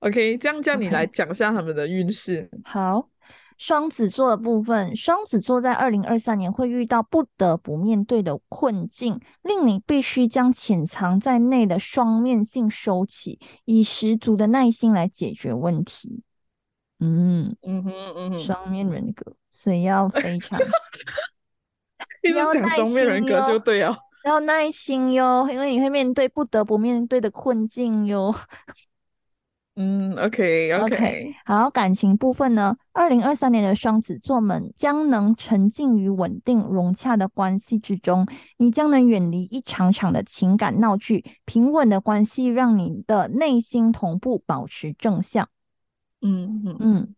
OK，这样这样你 OK 来讲一下他们的运势。好，双子座的部分，双子座在二零二三年会遇到不得不面对的困境，令你必须将潜藏在内的双面性收起，以十足的耐心来解决问题。嗯，嗯哼嗯哼，双面人格，所以要非常一直要讲耐双面人心格就哟对了。要耐心哟，因为你会面对不得不面对的困境哟。嗯，OK OK，好，感情部分呢，二零二三年的双子座们将能沉浸于稳定融洽的关系之中，你将能远离一场场的情感闹剧，平稳的关系让你的内心同步保持正向。嗯嗯嗯，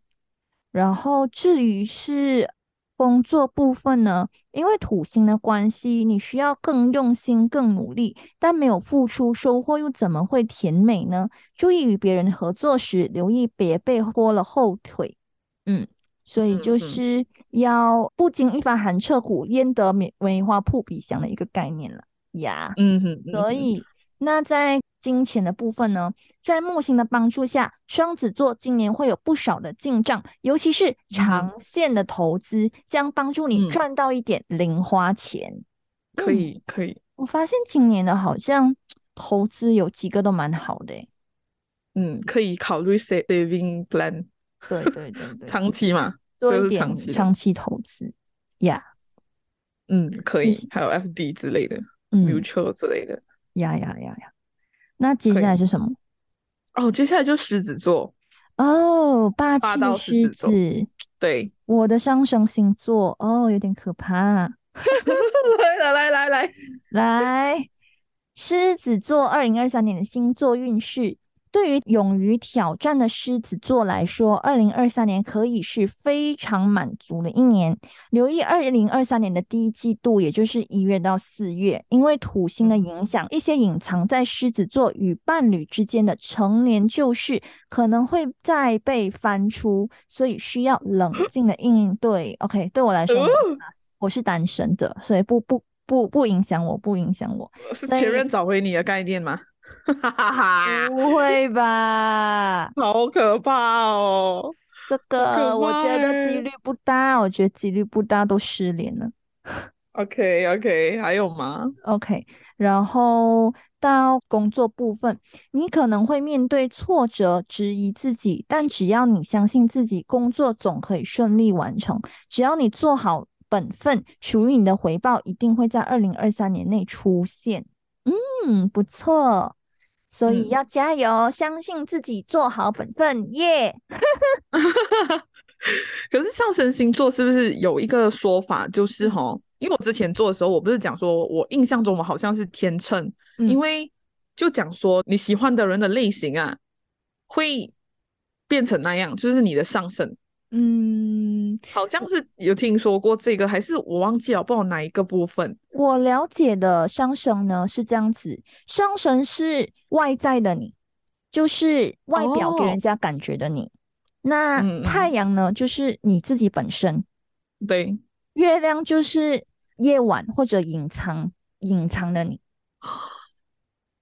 然后至于是工作部分呢，因为土星的关系，你需要更用心、更努力，但没有付出，收获又怎么会甜美呢？注意与别人合作时，留意别被拖了后腿。嗯，所以嗯就嗯是要不经一番寒彻骨，焉得梅梅花扑鼻香的一个概念了呀。嗯哼，嗯所哼，以，那在金钱的部分呢，在木星的帮助下，双子座今年会有不少的进账，尤其是长线的投资，将帮助你嗯赚到一点零花钱。可以可以，我发现今年的好像投资有几个都蛮好的、欸，嗯，可以考虑 sa- saving plan *laughs* *laughs* 对对对对，长期嘛，做这一是点长期的长期投资呀嗯，可以是，还有 FD 之类的嗯， ，mutual 之类的。呀呀呀呀，那接下可以来是什么？哦，接下来就狮子座，哦，霸霸气道狮狮子座子，对， *laughs* 我的上升星座哦，有点可怕。来了来来来，来，狮子座二零二三年的星座运势，对于勇于挑战的狮子座来说，二零二三年可以是非常满足的一年。留意二零二三年的第一季度，也就是一月到四月，因为土星的影响，一些隐藏在狮子座与伴侣之间的成年旧事可能会再被翻出，所以需要冷静的应对。OK，对我来说。我是单身的，所以不不不不影响我，不影响我，哦 *laughs* 是所以前任找回你的概念吗？哈哈哈，不会吧？ *laughs* 好可怕哦！这可个我觉得怕几欸率不大，我觉得几率不大，都失联了。 OK OK，还有吗？ OK，然后到工作部分，你可能会面对挫折，质疑自己，但只要你相信自己，工作总可以顺利完成。只要你做好本分，属于你的回报一定会在二零二三年内出现。嗯，不错，所以嗯要加油，相信自己，做好本分，耶、可是上升星座是不是有一个说法，就是嗯吼，因为我之前做的时候，我不是讲说，我印象中我好像是天秤，嗯因为就讲说你喜欢的人的类型啊，会变成那样，就是你的上升，嗯，好像是有听说过这个，还是我忘记了，不知道哪一个部分。我了解的商神呢是这样子，商神是外在的你，就是外表给人哦家感觉的你。那嗯嗯太阳呢，就是你自己本身；对，月亮就是夜晚或者隐藏隐藏的你。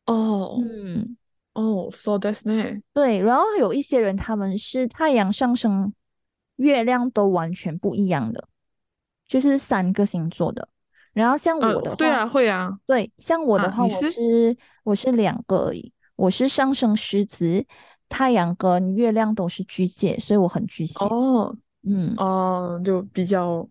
哦嗯，哦，so that's it。对。然后有一些人他们是太阳上升、月亮都完全不一样的，就是三个星座的。然后像我的呃，话， *laughs* 对啊，会啊，对，像我的啊话，你我是是我是两个而已，我是上升狮子，太阳跟月亮都是巨蟹，所以我很巨蟹。哦，嗯，哦，就比较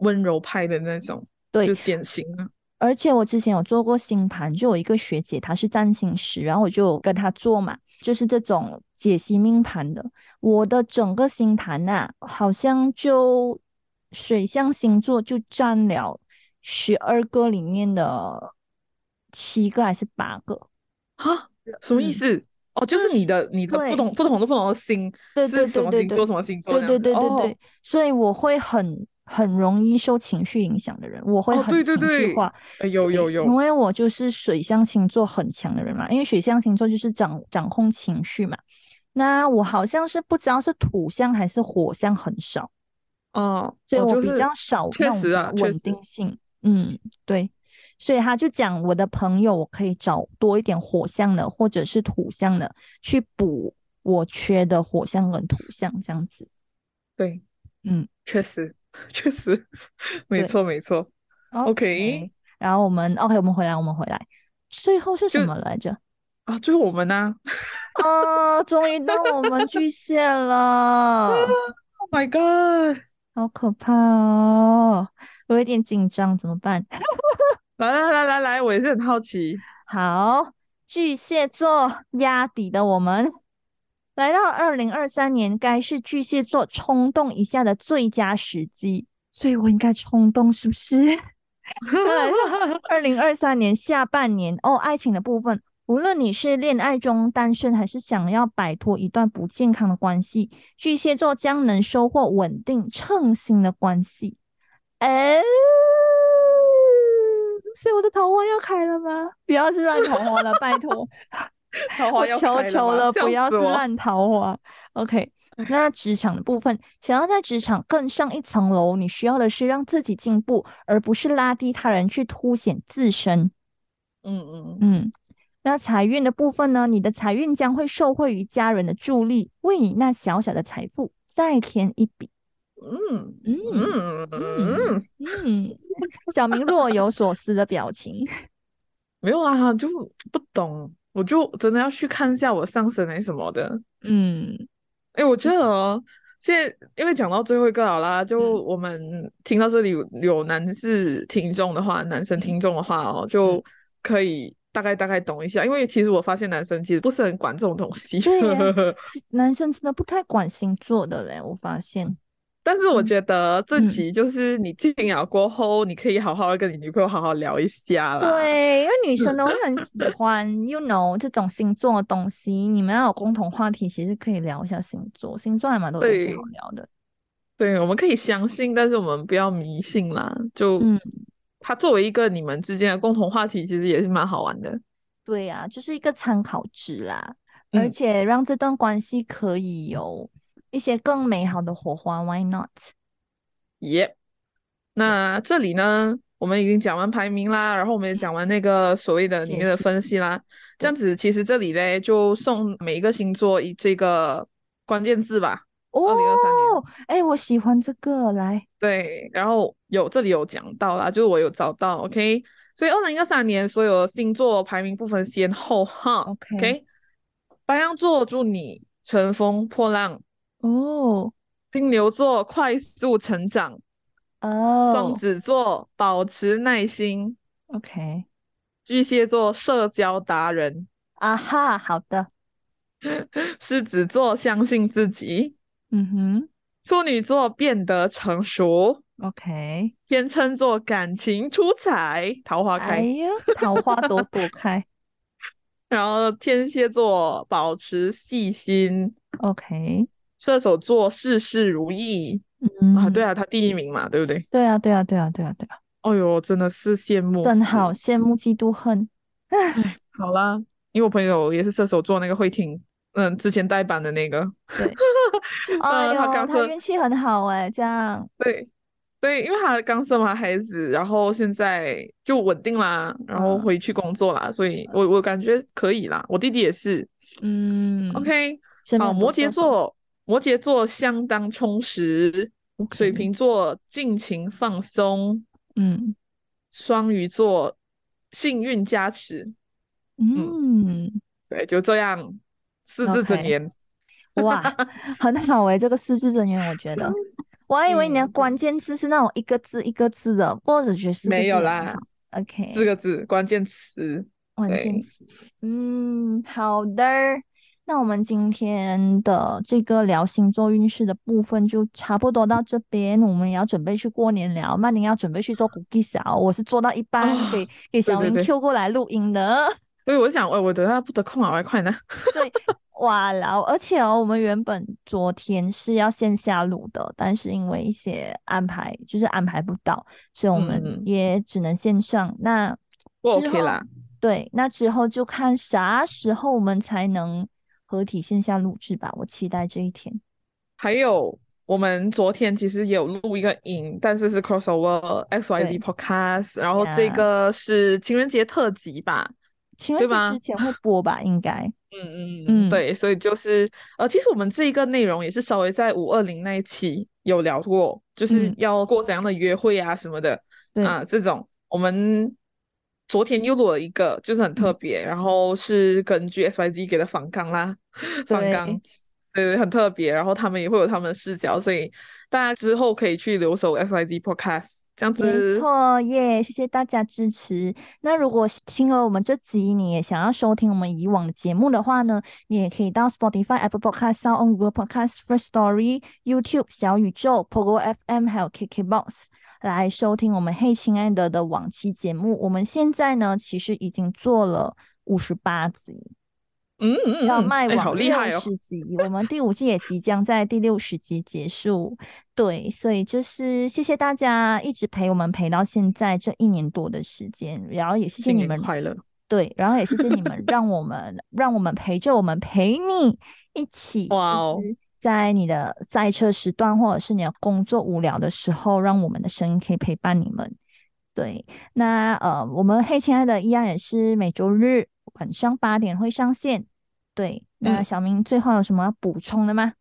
温柔派的那种，对就典型啊。而且我之前有做过星盘，就有一个学姐她是占星师，然后我就跟她做嘛，就是这种解析命盘的。我的整个星盘呐、好像就水象星座就占了十二个里面的七个还是八个。啊，什么意嗯思？哦，就是你的你的对不同不同的不同的星对对是什对么对星对座什么星座对这对样子对对对哦，，所以我会很很容易受情绪影响的人，我会哦很对对情绪对化，哎有有对有因为我就是水象星座很强的人嘛，因为水象星座就是掌掌控情绪嘛。那我好像是不知道是土象还是火象很少，哦，所以哦我就比是较少确那种实啊，确稳实定性。嗯，对，所以他就讲我的朋友，我可以找多一点火象的或者是土象的去补我缺的火象跟土象这样子。对，嗯。确实确实，没对错没错。OK 然后我们 OK，我们回来，我们回来，最后是什就么来着？啊，最后我们呢啊，终于到我们巨蟹 *laughs* 了， ？Oh my god！好可怕哦！我有点紧张，怎么办？来来来来来，我也是很好奇。好，巨蟹座压底的我们，来到二零二三年，该是巨蟹座冲动一下的最佳时机，所以我应该冲动是不是？二零二三年下半年哦，爱情的部分，无论你是恋爱中单身，还是想要摆脱一段不健康的关系，巨蟹座将能收获稳定称心的关系。哎，所以我的桃花要开了吗？不要是烂桃花 *laughs* 了，拜托， *laughs* 桃花我要求开求了吗，不要笑死是我烂桃花。OK，那职场的部分，想要在职场更上一层楼，你需要的是让自己进步，而不是拉低他人去凸显自身。嗯嗯，嗯嗯，那财运的部分呢？你的财运将会受惠于家人的助力，为你那小小的财富再添一笔。嗯嗯嗯嗯嗯，嗯，小明若有所思的表 *laughs* 情。没有啦，就不懂，我就真的要去看一下我上身还什么的。嗯哎，我觉得哦，现在因为讲到最后一个了啦，就嗯我们听到这里有有男士听众的话，男生听众的话哦，嗯就可以大概大概懂一下，因为其实我发现男生其实不是很管这种东西。对呀是男生真的不太管星座的嘞，我发现。 *laughs* 但是我嗯觉得这嗯集就是你听了过后，你可以好好的跟你女朋友好好聊一下啦。对，因为女生都会很 *laughs* 喜欢，you know 这种星座的东西，你们要有共同话题，其实可以聊一下星座，星座还蛮多东西对好聊的。对，我们可以相信，但是我们不要迷信啦。就嗯它作为一个你们之间的共同话题，其实也是蛮好玩的。对呀、就是一个参考值啦，而嗯且让这段关系可以有一些更美好的火花，Why not？耶、那这里呢，我们已经讲完排名啦，然后我们也讲完那个所谓的里解面的释分析啦。这样子，其实这里嘞就送每一个星座一这个关键字吧。哦2023年，哎、我喜欢这个，来，对，然后有这里有讲到啦，就是我有找到，OK。所以二零二三年所有星座排名不分先后哈 OK ，OK。白羊座祝你乘风破浪，哦金牛座快速成长，双哦子座保持耐心， ，OK，巨蟹座社交达人，啊哈，好的，狮子座相信自己，嗯处女座变得成熟，哼，OK，天秤座感情出彩，桃花开。哎呀，桃花朵朵开然后天蝎座保持细心， *laughs* ，OK，射手座事事如意、嗯啊，对啊，他第一名嘛，对不对？对啊，对啊，对啊，对啊，对啊，哎呦，真的是羡慕，真好，。羡慕嫉妒 *laughs* 恨，好啦，因为我朋友也是射手座那个慧婷，嗯，之前代班的那个，对，呃哎他呦，刚他生运气很好哎、这样，对对，因为他刚生完孩子，然后现在就稳定啦，然后嗯回去工作啦，所以我我感觉可以啦。我弟弟也是、嗯 OK，身边啊，很多摩羯射手座，摩羯座相当充实，水 OK，瓶座尽情放松，嗯双鱼座幸运加持，嗯，对，就这样，四字真 OK 言。哇，很好诶、这个四字真言，我觉得，我还以为你的嗯关键字是那种一个字一个字的，或者觉得四个没字有也啦很好，OK，四个字关键词，关键对词，嗯，好的，那我们今天的这个聊星座运势的部分就差不多到这边，我们也要准备去过年了，曼宁要准备去做 cookie 小，我是做到一半啊给给小对英对 Q 过来录音的。所以我就想，哎，我等下不得空啊，我要快拿。对，哇啦！而且哦，我们原本昨天是要线下录的，但是因为一些安排，就是安排不到，所以我嗯们嗯也只能线上。那不之 OK 后啦，对，那之后就看啥时候我们才能合体线下录制吧。我期待这一天。还有，我们昨天其实也有录一个影，但是是 crossover XYZ 对 podcast，然后这呀个是情人节特辑吧？情人对节吧之前会播吧？应该。嗯嗯对，所以就是呃，其实我们这一个内容也是稍微在五二零那一期有聊过，就是嗯要过怎样的约会啊什么的对，啊这种，我们。昨天又录了一个，就是很特嗯别，然后是根据 XYZ 给的反纲啦，反对纲，对对，很特别，然后他们也会有他们的视角，所以大家之后可以去留守 XYZ Podcast 这样没子，错耶谢谢大家支持。那如果是听了我们这集，你也想要收听我们以往的节目的话呢，你也可以到 Spotify、Apple Podcast、Sound On、Google Podcast、First Story、YouTube、小宇宙、Pogo FM 还有 KKBox 来收听我们《嘿，亲爱的》的往期节目。我们现在呢，其实已经做了五十八集。嗯嗯要嗯，迈哎，好往厉六害哦！十集，我们第五季也即将在第六十集结束。对，所以就是谢谢大家一直陪我们陪到现在这一年多的时间，然后也谢谢新你年们，快乐，对，然后也谢谢你 *laughs* 们让我们让我们陪着我们陪你一起，哇哦就是在你的赛车时段或者是你的工作无聊的时候，让我们的声音可以陪伴你们。对，那呃，我们嘿，亲爱的，依然也是每周日晚上八点会上线。对，那嗯小明最后有什么要补充的吗？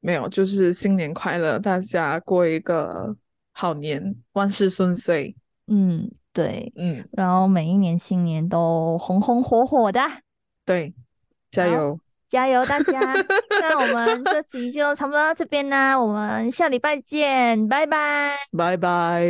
没有，就是新年快乐，大家过一个好年，万事顺遂，嗯，对，嗯，然后每一年新年都红红火火的，对，加好油，加油大家！那我们这集就差不多到这边啦，我们下礼拜见，拜拜。拜拜。